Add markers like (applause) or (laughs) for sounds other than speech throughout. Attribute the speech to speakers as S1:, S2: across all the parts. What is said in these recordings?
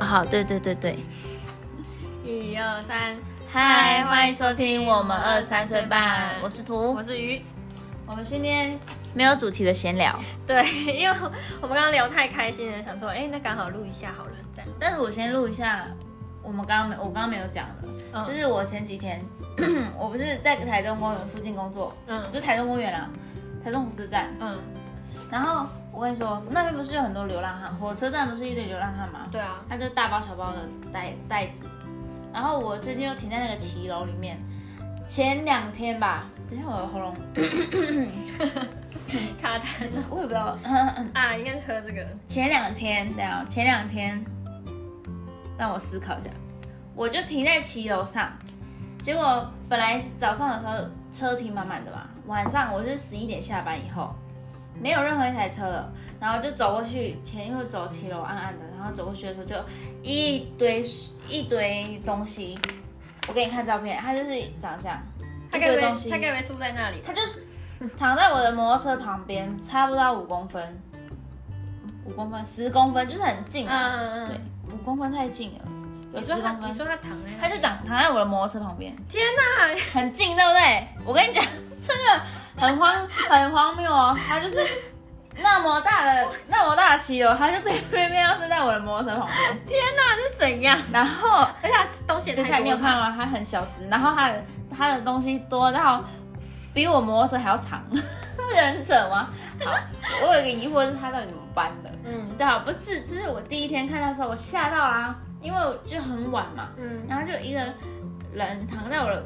S1: 好，对对对对。
S2: 一二三，
S1: 嗨，欢迎收听我们二三岁半，我是图
S2: 我，是鱼。我们今天
S1: 没有主题的闲聊。
S2: 对， (laughs) 因为我们刚刚聊太开心了，想说，哎，那刚好录一下好了，这样。
S1: 但是我先录一下，我们刚刚没，我刚刚没有讲的，
S2: 嗯
S1: 就是我前几天， (clears throat) 我不是在台中公园附近工作，就
S2: 嗯
S1: 是台中公园啦，台中火车站。
S2: 嗯，
S1: 然后我跟你说，那边不是有很多流浪汉，火车站不是一堆流浪汉吗？
S2: 对啊，
S1: 他就大包小包的袋袋子。然后我最近又停在那个骑楼里面，前两天吧，等一下我的喉咙，
S2: 卡痰了
S1: (laughs) 我也不知道，
S2: 啊，应该是喝这个。
S1: 前两天，等一下哦前两天，让我思考一下，我就停在骑楼上，结果本来早上的时候车停满满的嘛，晚上我是十一点下班以后，没有任何一台车了，然后就走过去，前因为走骑楼暗暗的，然后走过去的时候就一堆一堆东西，我给你看照片，它就是长这样，
S2: 他
S1: 一
S2: 该不
S1: 堆
S2: 会
S1: 东西
S2: 他，该不会住在那里吧？
S1: 它就是躺在我的摩托车旁边，差不到五公分，五公分十公分，就是很近
S2: 嗯
S1: 啊。
S2: 嗯
S1: 对
S2: 嗯。，
S1: 五公分太近了，有
S2: 你
S1: 十
S2: 说他
S1: 公
S2: 你
S1: 分。
S2: 说他躺在那
S1: 它
S2: 里，
S1: 就躺躺在我的摩托车旁边，
S2: 天哪！
S1: 很近，对不对？我跟你讲，这个很荒很荒谬哦，它就是那么大的那么大的骑楼，它就被偏偏要睡在我的摩托车旁边，
S2: 那是怎样？
S1: 然后
S2: 而且他东西也
S1: 等一下，
S2: 太
S1: 你
S2: 多
S1: 有
S2: 了。
S1: 看吗？它很小只，然后它的它的东西多到比我摩托车还要长， (laughs) 不觉得很扯吗？好，我有一个疑惑是它到底怎么搬的？
S2: 嗯
S1: 对啊，不是，就是我第一天看到的时候，我吓到啦，因为我就很晚嘛，
S2: 嗯
S1: 然后就一个人躺在我的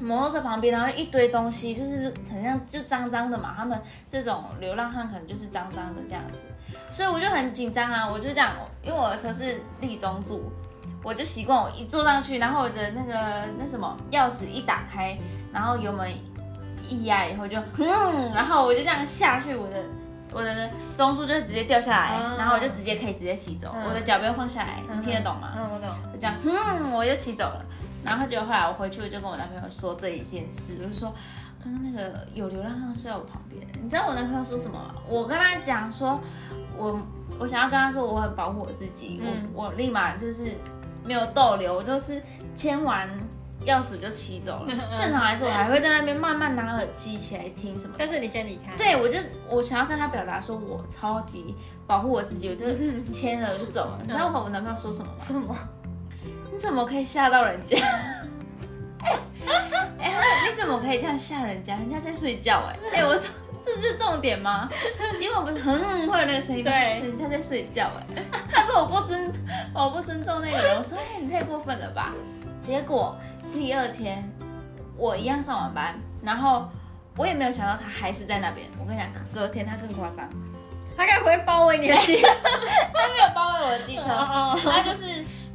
S1: 摩托车旁边，然后一堆东西，就是很像就脏脏的嘛。他们这种流浪汉可能就是脏脏的这样子，所以我就很紧张啊。我就这样，因为我的车是立中柱，我就习惯我一坐上去，然后我的那个那什么钥匙一打开，然后油门一压以后就 (laughs) 嗯，然后我就这样下去，我的我的中柱就直接掉下来，
S2: 嗯
S1: 然后我就直接可以直接骑走，
S2: 嗯
S1: 我的脚不用放下来，你听得懂吗？
S2: 嗯，我懂。
S1: 就这样，嗯，我就骑走了。然后结果后来我回去，我就跟我男朋友说这一件事，我就说刚刚那个有流浪汉睡在我旁边，你知道我男朋友说什么吗？我跟他讲说，我我想要跟他说我很保护我自己，
S2: 嗯
S1: 我我立马就是没有逗留，我就是签完钥匙就骑走了。正常来说，我还会在那边慢慢拿耳机起来听什么的。
S2: 但是你先离开。
S1: 对，我就我想要跟他表达说，我超级保护我自己，我就签了我就走了。你知道我和我男朋友说什么吗？
S2: 什么？
S1: 你怎么可以吓到人家？ (laughs) 哎、他说你怎么可以这样吓人家？人家在睡觉哎、哎、我说这是重点吗？因为我不是很会有那个声音吗，
S2: 对
S1: 人家在睡觉哎、 (laughs) 他说我不尊，我不尊重那个人。我说哎、你太过分了吧？结果第二天我一样上晚班，然后我也没有想到他还是在那边。我跟你讲，隔天他更夸张，
S2: 他该不会包围你的机车？
S1: 他没有包围我的机车。
S2: 哦哦
S1: 他就是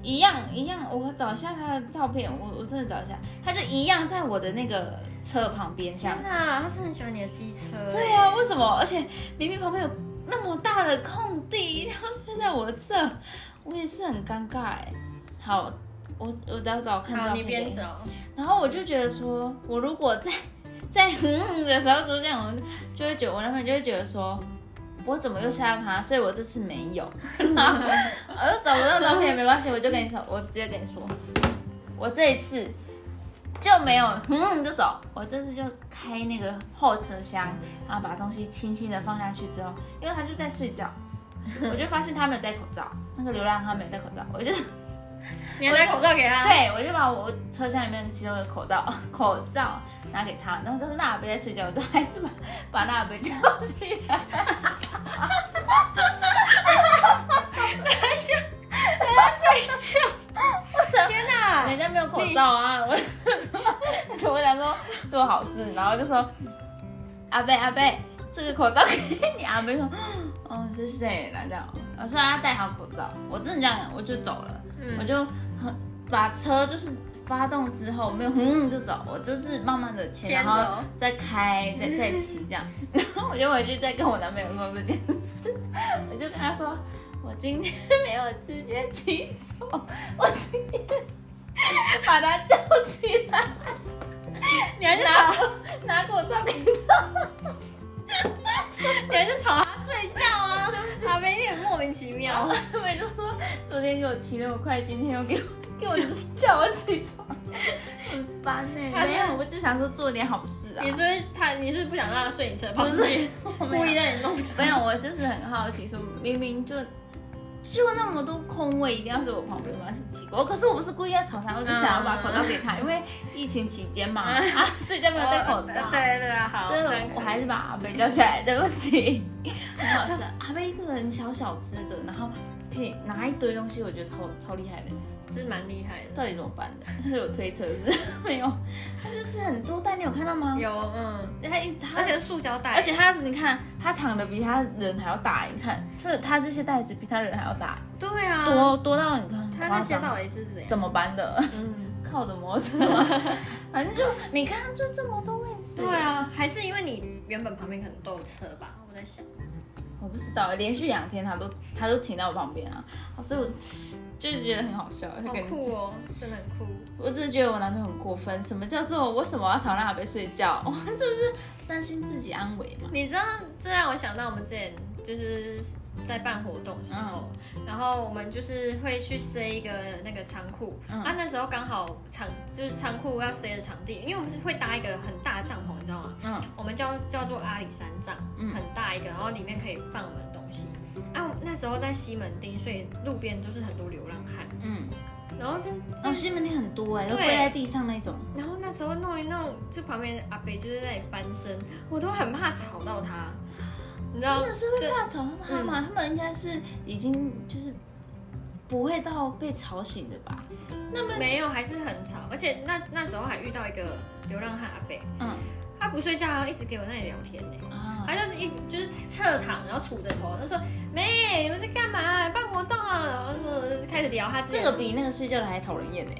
S1: 一样一样，我找一下他的照片，我我真的找一下，他就一样在我的那个车旁边这样
S2: 天。哪，他真的很喜欢你的机车。
S1: 对啊，为什么？而且明明旁边有那么大的空地，然后睡在我这，我也是很尴尬哎。好，我我到时候看
S2: 欸好，
S1: 照
S2: 你
S1: 片给
S2: 边
S1: 你
S2: 走。
S1: 然后我就觉得说，我如果在 (laughs) 在嗯的时候出现，我就会觉得我男朋友就会觉得说，我怎么又吓到他，所以我这次没有， (laughs) 然后我又找不到照片没关系，我就跟你说，我直接跟你说，我这一次就没有嗯就走，我这次就开那个后车厢，然后把东西轻轻的放下去之后，因为他就在睡觉，我就发现他没有戴口罩，那个流浪汉没有戴口罩，我就。
S2: 你还戴口罩给他？，
S1: 对，我就把我车厢里面其中的口罩口罩拿给他，然后跟娜贝在睡觉，我就还是把把娜贝叫起来。
S2: 天哪！
S1: 人家没有口罩啊，我就说，我想说做好事，然后就说阿贝阿贝，这个口罩给你。阿贝说，哦是谁来的？我说他戴好口罩，我真的这样，我就走了。我
S2: 嗯，
S1: 就很把车就是发动之后没有轰就走，我就是慢慢的牵，
S2: 牵
S1: 然
S2: 走
S1: 后再开，再再骑这样。 (laughs) 然后我就回去再跟我男朋友说这件事，我就跟他说，我今天没有直接骑走，我今天把他叫起来，
S2: 你还是
S1: 拿
S2: 吵，
S1: 过拿口罩给
S2: 你还是吵他睡觉啊？阿飞有点莫名其妙
S1: 我，。他们就说怎昨天给我骑那么快，今天又给我给我叫我起床，很烦呢、
S2: 他是
S1: 没有，我就想说做点好事啊
S2: 你。是不是他？你是不是不想让他睡你车
S1: 不
S2: 旁
S1: 是
S2: 边，，
S1: (laughs) 我
S2: 故
S1: 没
S2: 意
S1: 有，
S2: 让你弄他？
S1: 没有，我就是很好奇，说明明就就那么多空位，一定要是我旁边吗？是奇怪。可是我不是故意要吵他，我就想要把口罩给他，因为疫情期间
S2: (laughs)
S1: 嘛，啊，所以就没有戴口罩。
S2: 哦对对，好，
S1: 对
S2: 这样可，以
S1: 我还是把阿贝叫起来，对不起，很好笑。阿贝一个人小小只的，然后可以拿一堆东西，我觉得超超厉害的。
S2: 是蛮厉害的。
S1: 到底怎么办的？他是有推车是不是？没有，他就是很多袋，你有看到吗？
S2: 有，嗯，
S1: 他一他
S2: 而且是塑胶袋，
S1: 而且他你看他躺的比他人还要大，你看这他这些袋子比他人还要大，
S2: 对啊，
S1: 多多到你看很
S2: 他
S1: 夸
S2: 那些
S1: 张
S2: 到底是怎样？
S1: 怎么办的？ (laughs)
S2: 嗯，
S1: 靠我的摩托车吗？ (laughs) 反正就你看就这么多位置，
S2: 对，啊，还是因为你原本旁边可能都有车吧？我在想，
S1: 我不知道，连续两天他都他都停在我旁边啊，所以我就是觉得很好笑，
S2: 好
S1: 很感
S2: 酷
S1: 激
S2: 哦，真的很酷。
S1: 我只是觉得我男朋友很过分，什么叫做为什么我要常让阿贝睡觉？ (laughs) 我是不是担心自己安危嘛？
S2: 你知道，这让我想到我们之前就是在办活动的时候，
S1: 嗯
S2: 然后我们就是会去塞一个那个仓库，
S1: 嗯
S2: 啊，那时候刚好场就是仓库要塞的场地，因为我们是会搭一个很大的帐篷，你知道吗？
S1: 嗯，
S2: 我们叫叫做阿里山帐，
S1: 嗯
S2: 很大一个，然后里面可以放我们的东西。啊，我那时候在西门町，所以路边都是很多流浪汉，
S1: 嗯，
S2: 然后就
S1: 哦，西门町很多哎、都
S2: 对
S1: 跪在地上那种，
S2: 然后那时候弄一弄，就旁边的阿北就是在那里翻身，我都很怕吵到他，你知道
S1: 真？的是会
S2: 就
S1: 怕吵到他吗？他们应该是已经就是不会到被吵醒的吧？
S2: 没有，还是很吵，而且那那时候还遇到一个流浪汉阿北，
S1: 嗯
S2: 他不睡觉，然后一直给我那里聊天呢、
S1: 啊，
S2: 他就一就是侧躺，然后杵着头，他说：“妹，你们在干嘛？办活动啊？”然后说开始聊他自己
S1: 这
S2: 的
S1: 个比那个睡觉的还讨人厌呢、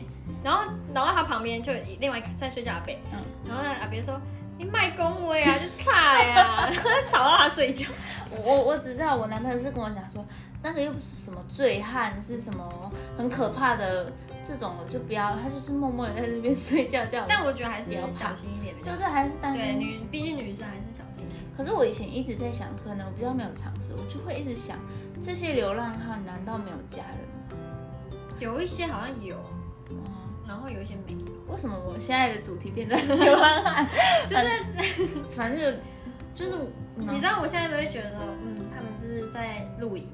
S2: 然后，然后他旁边就有另外一个在睡觉的阿北，
S1: 嗯
S2: 然后那阿北说：“你卖恭维啊，就差 (laughs) 呀、吵到他睡觉。
S1: 我我只知道我男朋友是跟我讲说，那个又不是什么醉汉，是什么很可怕的这种，就不要，他就是默默的在那边睡觉觉。”
S2: 但我觉得还是
S1: 也要怕
S2: 小心一点比较
S1: 对对，
S2: 好。
S1: 还是担
S2: 对，
S1: 心。
S2: 女，毕竟女生还是小心一点。
S1: 可是我以前一直在想，可能我比较没有尝试，我就会一直想，这些流浪汉难道没有家人
S2: 有一些好像有，
S1: 吗？哇
S2: 然后有一些没有。
S1: 为什么我现在的主题
S2: (laughs)
S1: 变成流浪汉？
S2: 就是
S1: 反正就就是
S2: 你知道，我现在都会觉得，嗯，他们只是在露营，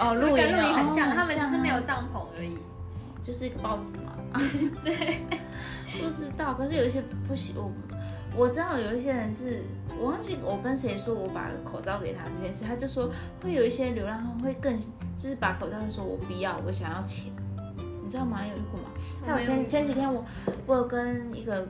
S1: 哦，露营
S2: 跟露营很像，
S1: 哦
S2: 他们只是没有
S1: 啊
S2: 帐篷而已。
S1: 就是一个报纸嘛。对，不知道。可是有一些不行，我我知道有一些人是我忘记我跟谁说我把口罩给他这件事，他就说会有一些流浪汉会更就是把口罩说我不要，我想要钱，你知道吗？有一股嘛。那我前前几天我我有跟一个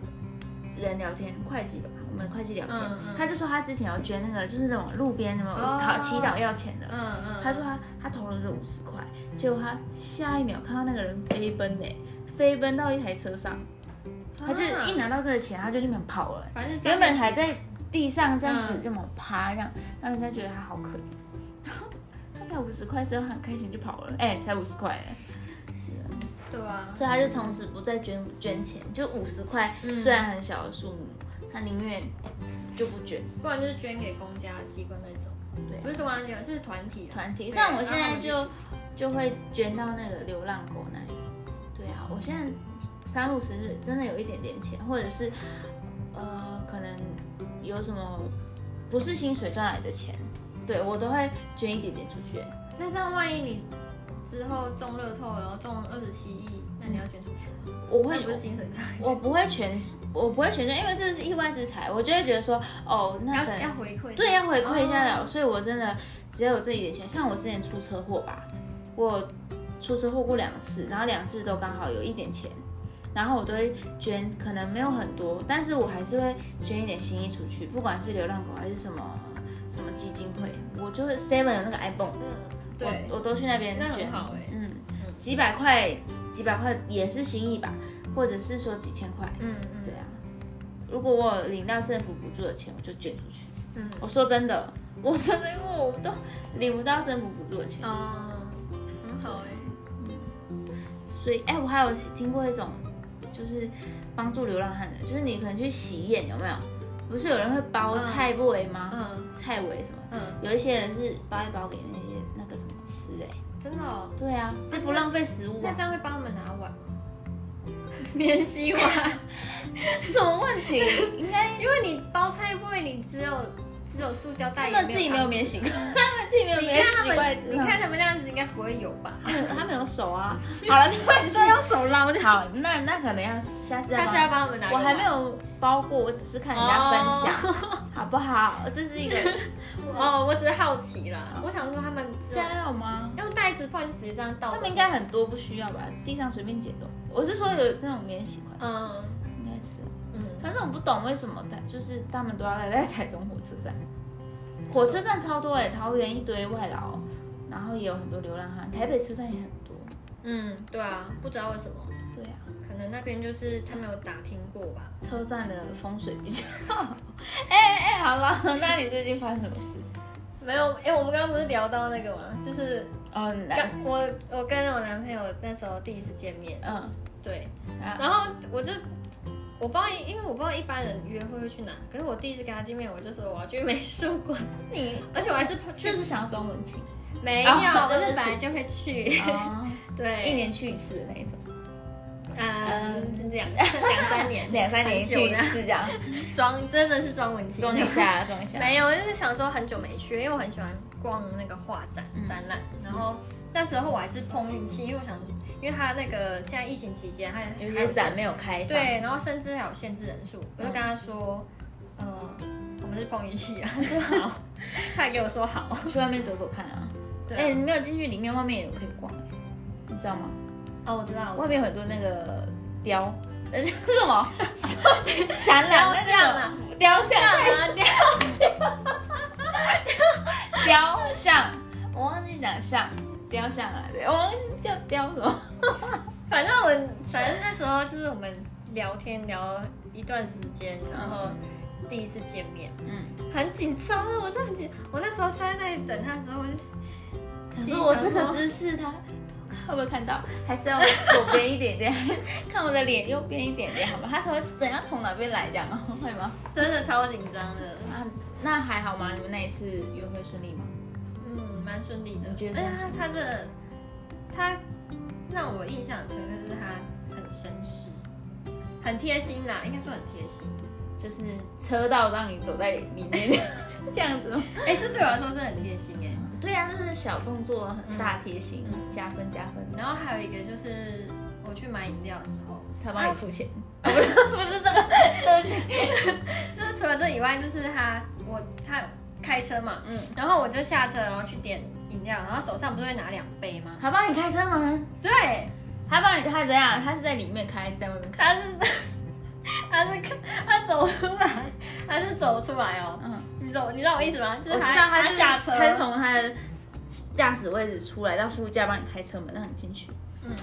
S1: 人聊天，会计的吧，我们会计聊天，
S2: 嗯嗯
S1: 他就说他之前有捐那个就是那种路边那种
S2: 哦
S1: 讨祈祷要钱的，
S2: 嗯嗯，
S1: 他说他他投了个五十块，结果他下一秒看到那个人飞奔呢、飞奔到一台车上，他就
S2: 啊
S1: 一拿到这个钱，他就立马跑了、
S2: 反正
S1: 原本还在地上这样子
S2: 嗯
S1: 这么趴这样，让人家觉得他好可怜。 (laughs) 他才五十块之后他很开心就跑了，哎、才五十块哎，
S2: 对啊，
S1: 所以他就从此不再捐捐钱，就五十块
S2: 嗯
S1: 虽然很小的数目，他宁愿就不捐。
S2: 不然就是捐给公家机关那种，
S1: 对
S2: 不是公家机关，就是团体啊啦。
S1: 团体。
S2: 对
S1: 像我现在
S2: 然
S1: 就就会捐到那个流浪狗那里。对啊，我现在三五十日真的有一点点钱，或者是呃，可能有什么不是薪水赚来的钱，对我都会捐一点点出去。
S2: 那这样万一你之后中乐透，然后中二十七亿，那你要捐出去吗？
S1: 我会
S2: 那不是薪水赚，
S1: 我不会全我不会全捐，因为这是意外之财，我就会觉得说哦，那
S2: 要
S1: 可能
S2: 要回馈。
S1: 对，要回馈一下的。
S2: 哦
S1: 所以我真的只有这一点钱，像我之前出车祸吧，我出车祸过两次，然后两次都刚好有一点钱，然后我都会捐，可能没有很多，但是我还是会捐一点心意出去，不管是流浪狗还是什么什么基金会，我就是 Seven 有那个 iPhone，
S2: 嗯，对，
S1: 我我都去那边
S2: 那
S1: 捐
S2: 很，好哎。
S1: 嗯，几百块几百块也是心意吧，或者是说几千块，
S2: 嗯嗯，
S1: 对啊，如果我有领到政府补助的钱，我就捐出去。
S2: 嗯，
S1: 我说真的， (laughs) 我说真的，因为我都领不到政府补助的钱，
S2: 哦，很好哎。
S1: 所以哎、我还有听过一种，就是帮助流浪汉的，就是你可能去喜宴有没有？不是有人会包菜味吗？
S2: 嗯
S1: 菜尾什么？
S2: 嗯，
S1: 有一些人是包一包给那些那个什么吃哎、
S2: 真的哦。
S1: 对啊，这不浪费食物
S2: 那
S1: 啊
S2: 这，样会帮他们拿碗吗？ (laughs) 免洗碗，
S1: 这是什么问
S2: (laughs)
S1: 题？应该
S2: 因为你包菜不会，你只有只有塑胶袋，
S1: 他们自己没有
S2: 免
S1: 免洗过，他们自己没有
S2: 你
S1: 免
S2: 看他
S1: 洗筷
S2: 们，
S1: 子
S2: 你看他们那样子应该不会有吧？
S1: 嗯他们他们有手啊。好
S2: (laughs)
S1: 了，对不起。
S2: 用手捞的。
S1: (laughs) 好，那那可能要下次再
S2: 下
S1: 帮
S2: 次要帮我们拿。
S1: 我还没。有包过，我只是看人家分享， (laughs) 好不好？这是一
S2: (laughs)
S1: 个，就是
S2: 哦，我只是好奇啦，我想说他们只有
S1: 家有吗？
S2: 用袋子，不然就直接这样倒
S1: 他
S2: 着。
S1: 们应该很多不需要吧，地上随便捡都。我是说有那种免洗款，
S2: 嗯
S1: 应该是。
S2: 嗯，
S1: 反正我不懂为什么他就是他们都要待在 (laughs) 台中火车站，火车站超多哎、桃园一堆外劳，然后也有很多流浪汉，台北车站也很多。
S2: 嗯，对啊，不知道为什么，
S1: 对啊，
S2: 可能那边就是他们有打听过吧。
S1: 车站的风水比较 (laughs) 好。哎、哎、好了，那你最近发生什么事？
S2: 没有，哎、我们刚刚不是聊到那个吗？就是
S1: 哦，
S2: 刚
S1: 男，
S2: 我我跟我男朋友那时候第一次见面，
S1: 嗯，
S2: 对，
S1: 啊
S2: 然后我就我不知道，因为我不知道一般人约会会去哪，可是我第一次跟他见面，我就说我要去美术馆，
S1: 你
S2: 而且我还是
S1: (laughs) 是不是想要装文
S2: (laughs)
S1: 青？
S2: 没有，
S1: 哦
S2: 我是
S1: 对
S2: 本
S1: 不起
S2: 来就会去，
S1: 啊，
S2: 对，
S1: 一 (laughs) 年去一次的那一种，
S2: 嗯，是这样，两三
S1: (laughs)
S2: 年，
S1: 两三年去一次这样，
S2: 装真的是装文青，
S1: 装一下，装一下。
S2: (laughs) 没有，就是想说很久没去，因为我很喜欢逛那个画展、
S1: 嗯
S2: 展览，然后那时候我还是碰运气，因为我想，因为他那个现在疫情期间，他
S1: 有
S2: 还
S1: 些展没有开放，，
S2: 对，然后甚至还有限制人数，我就
S1: 嗯
S2: 跟他说，呃，我们是碰运气啊， (laughs) 他说好，他还给我说好，
S1: 去外面走走看啊。
S2: 对
S1: 哎，你没有进去里面，外面也有可以逛，你知道吗？
S2: 哦，我知道，
S1: 外
S2: 我
S1: 面有很多那个雕， (laughs) 呃，是什
S2: (laughs)
S1: 么展览
S2: 雕
S1: 那
S2: 像啊
S1: 种，雕像
S2: 干嘛掉？
S1: 雕像，我忘记讲像雕像啊，对，我忘记叫雕什么。
S2: (laughs) 反正我反正那时候就是我们聊天聊一段时间，然后第一次见面，
S1: 嗯，
S2: 很紧张啊，我真的很紧，我那时候站在那里等他的时候，我就
S1: 你
S2: 心
S1: 说我
S2: 想
S1: 这个
S2: 说
S1: 姿势，他会不会看到？还 (laughs) 是要左边一点点，看我的脸右边一点点，好吗？他才会怎样从哪边来这样， (laughs) 会吗？
S2: 真的超紧张的，
S1: 啊，那还好吗？你们那一次约会顺利吗？
S2: 嗯，蛮顺利的。
S1: 你觉得
S2: 而且他他这他让我印象很深刻，就是他很绅士，很贴心啦，应该说很贴心。
S1: 就是车道让你走在里面 (laughs) 这样子吗？
S2: 哎、这对我来说真的很贴心哎、
S1: 对呀、啊，就是小动作很大贴心，
S2: 嗯
S1: 加分加分。
S2: 然后还有一个就是我去买饮料的时候，
S1: 他帮你付钱，啊、不是不是 (laughs) 这个，对不起。
S2: 就是除了这以外，就是他我他开车嘛，
S1: 嗯，
S2: 然后我就下车，然后去点饮料，然后手上不是会拿两杯吗？
S1: 还帮你开车门，
S2: 对，
S1: 还帮你他怎样？他是在里面开还是在外面开？
S2: 他是他是他走出来，他是走出来哦。
S1: 嗯，
S2: 你懂你知道我意思吗？就
S1: 我
S2: 是
S1: 知
S2: 他
S1: 道他是
S2: 下车，
S1: 他是从他的驾驶位置出来到副驾帮你开车门，让你进去。
S2: 嗯，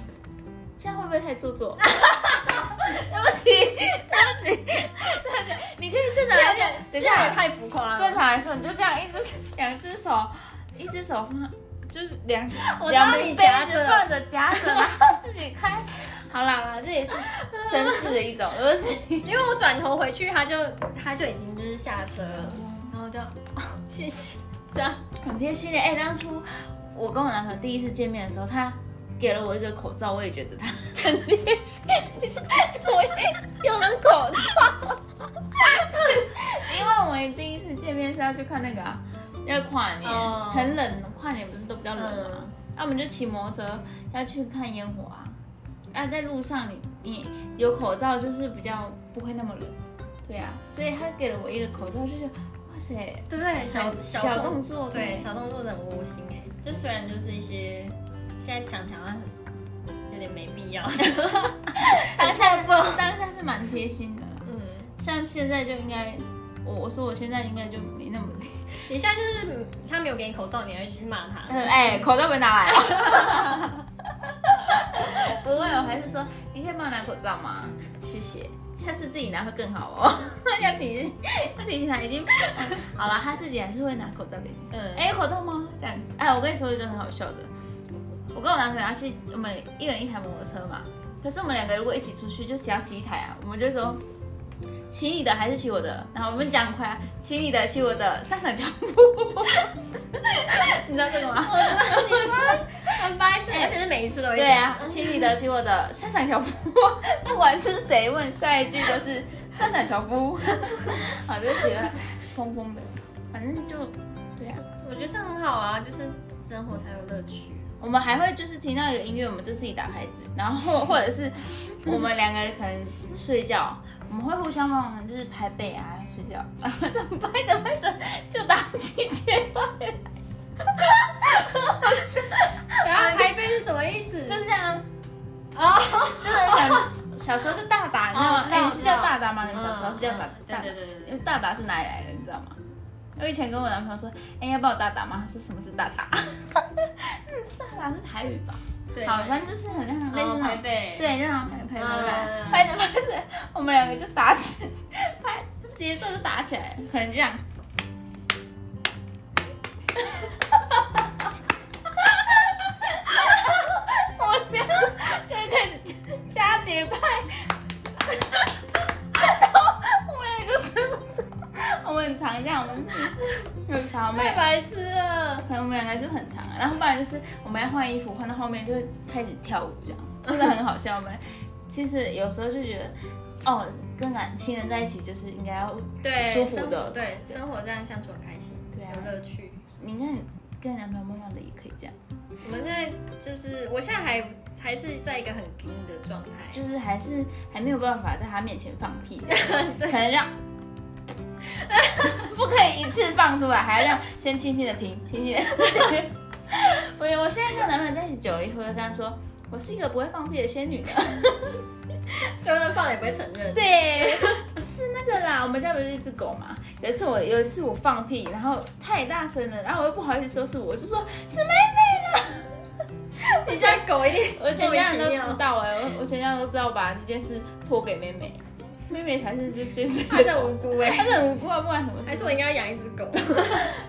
S1: 这样会不会太做作？ (laughs) 对不起，对不起，对不起，你可以正常来说，
S2: 啊
S1: 等一下
S2: 也。太浮夸
S1: 正
S2: 了。
S1: 常来说，你就这样一只两只手，一只手放，就是两
S2: 我知
S1: 两
S2: 道
S1: 边
S2: 你
S1: 被
S2: 夹
S1: 子
S2: 着，
S1: 放着夹着，然后自己开。好啦好啦，这也是绅士的一种，而且
S2: 因为我转头回去，他就他就已经就是下车了，然后就、 (laughs) 哦、谢谢，这样
S1: 很贴心的。哎、当初我跟我男朋友第一次见面的时候，他给了我一个口罩，我也觉得他很贴心。等一下，怎么又是口罩？因为我们第一次见面是要去看那个、啊，要跨年
S2: 哦
S1: 很冷，跨年不是都比较冷吗？
S2: 嗯
S1: 那、我们就骑摩托车要去看烟火啊。啊，在路上你你有口罩就是比较不会那么冷，对啊，所以他给了我一个口罩，就是哇塞，
S2: 对不对？小
S1: 小动作
S2: 对
S1: 对
S2: 小动作真的很窝心哎、就虽然就是一些现在想想啊，有点没
S1: (laughs)
S2: 必要，
S1: 当下做，当下是蛮贴心的啦。
S2: 嗯，
S1: 像现在就应该，我我说我现在应该就没那么贴。
S2: 你现在就是他没有给你口罩，你还会去骂他，
S1: 嗯哎、口罩没拿来、哦。 (laughs) 不会，我还是说，你可以帮我拿口罩吗？谢谢，下次自己拿会更好哦。 (laughs) 要提醒，要提醒他已经、嗯好了，他自己还是会拿口罩给你。
S2: 嗯，
S1: 哎、有口罩吗？这样子。哎，我跟你说一个很好笑的，我跟我男朋友要去，我们一人一台摩托车嘛。可是我们两个如果一起出去，就只要骑一台啊，我们就说，骑你的还是骑我的？然后我们讲快，骑你的，骑我的，上上脚步。 (laughs) 你知道这个吗？
S2: 很白痴，而且是每一次都会
S1: 哎对
S2: 讲。
S1: 啊，骑你的，骑我的，上上脚步。 (laughs) 不管是谁问，下一句都是上上脚步。 (laughs) 好，就骑了疯疯的，反正就对啊。
S2: 我觉得这样很好啊，就是生活才有乐趣。
S1: 我们还会就是听到一个音乐，我们就自己打拍子，然后 (laughs) 或者是我们两个可能睡觉，我们会互相帮忙，就是拍背啊睡觉，然后就拍着拍着就打起节拍，
S2: 然后啊台北是什么意思？
S1: 啊就是这样啊，
S2: 啊，
S1: 就是很 (laughs) 小时候就大打，你知道吗
S2: 哦？我知道
S1: 哎、你
S2: 我知道
S1: 是叫大打吗？你们小时候是叫大
S2: 嗯嗯
S1: 大打
S2: 对对对对对
S1: 因为大打是哪里来的，你知道吗？我以前跟我男朋友说，哎、要帮我大打吗？他说什么是大打？ (laughs) 嗯，大打是台语吧？
S2: 对，哦
S1: 好，反正就是很像类似那
S2: 台
S1: 种。
S2: 北，
S1: 对，就让拍拍拍
S2: 嗯
S1: 拍，拍着拍着，我们两个就打起，拍节奏就打起来，可能这样。 (laughs) 我们两个就会开始加节拍，然后我们俩就睡不着，我们很常这样，我们很常我们
S2: 太白痴了。
S1: 可能我们两个就很长啊，然后不然就是我们要换衣服，换到后面就会开始跳舞，这样真的很好笑。我们其实有时候就觉得，哦，跟感亲人在一起就是应该要，
S2: 对，
S1: 舒服
S2: 生活
S1: 的
S2: 对，生活这样相处很开心，
S1: 对啊
S2: 有乐趣。
S1: 你看你跟男朋友慢慢的也可以这样，
S2: 我们现在就是，我现在还还是在一个很拼的状态，
S1: 就是还是还没有办法在他面前放屁，可能让。不可以一次放出来，还要让先轻轻的停，轻轻的。不行，我现在跟男朋友在一起久了以后，就跟他说，我是一个不会放屁的仙女的。
S2: 就算放了也不会承认。
S1: 对，是那个啦，我们家不是一只狗嘛。有一次我有一次我放屁，然后太大声了，然后我又不好意思说是我，我就说是妹妹啦。
S2: 你家狗
S1: (laughs)
S2: 一定
S1: 我全家人
S2: 莫
S1: 都
S2: 名其妙
S1: 知道哎、我我全家人都知道我把这件事托给妹妹，妹妹才是最最最
S2: 它在无辜哎，
S1: 她是很无辜啊，不管什么事。
S2: 还是我应该要养一只狗？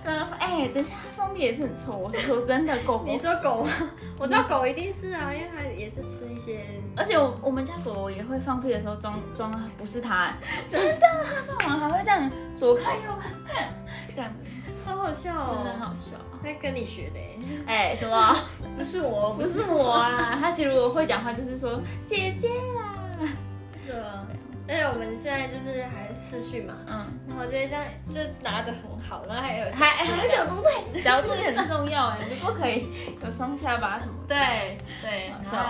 S1: 刚刚哎、等一下，放屁也是很臭。 (laughs) 我是说真的，狗狗
S2: 你说
S1: (laughs)
S2: 狗吗？我知道狗一定是啊，因为它也是吃一些，
S1: 而且我我们家狗狗也会放屁的时候装装不是它、哎真的，它放完还会这样左看右看，这样子
S2: 好好笑哦，
S1: 真的很好笑。
S2: 那跟你学的哎，
S1: 哎、什么？
S2: 不是我，
S1: 不是我啊，他其实如果会讲话，就是说姐姐啦，
S2: 对啊，而且我们现在就是还视讯嘛，
S1: 嗯，
S2: 然后就会这样就拿的很好，然后还有
S1: 还还角度在，角度也很重要哎，你不可以有双下巴什么的。
S2: 对对，
S1: 好哦
S2: 然后
S1: 笑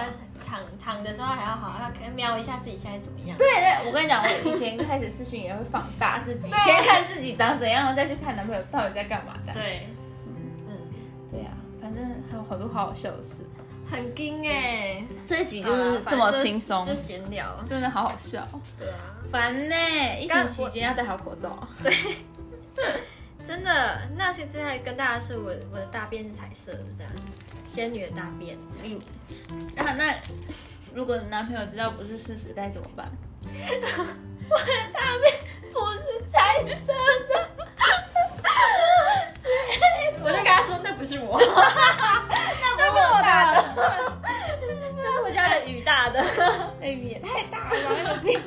S2: 躺躺的时候还要好，要可能瞄一下自己现在怎么样。
S1: 对对，我跟你讲，我以前开始视讯也会放大自己，
S2: 对
S1: 先看自己长怎样，再去看男朋友到底在干嘛的。
S2: 对，
S1: 嗯
S2: 嗯，
S1: 对啊，反正还有好多好好笑的事。
S2: 很惊哎，
S1: 这一集就
S2: 好啦
S1: 是这么
S2: 反正
S1: 轻松
S2: 就，闲聊。
S1: 真的好好笑，
S2: 对啊，
S1: 烦呢、疫情
S2: 刚
S1: 期间要戴好口罩。
S2: 真的。那现在跟大家说，我我的大便是彩色的，这样，仙女的大便。
S1: 你，那啊那如果男朋友知道不是事实该怎么办？我的大便不是啊彩色的，
S2: (laughs) 我就跟他说，那不是我，
S1: (laughs) 那不是我打的，
S2: 那是我家的雨大的。
S1: 那哎也太大了，有病。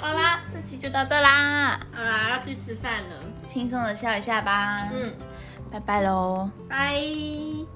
S1: 好啦，这期就到这啦，
S2: (laughs) 好啦，要去吃饭了。
S1: 轻松的笑一下吧，
S2: 嗯，
S1: 拜拜喽。
S2: 拜。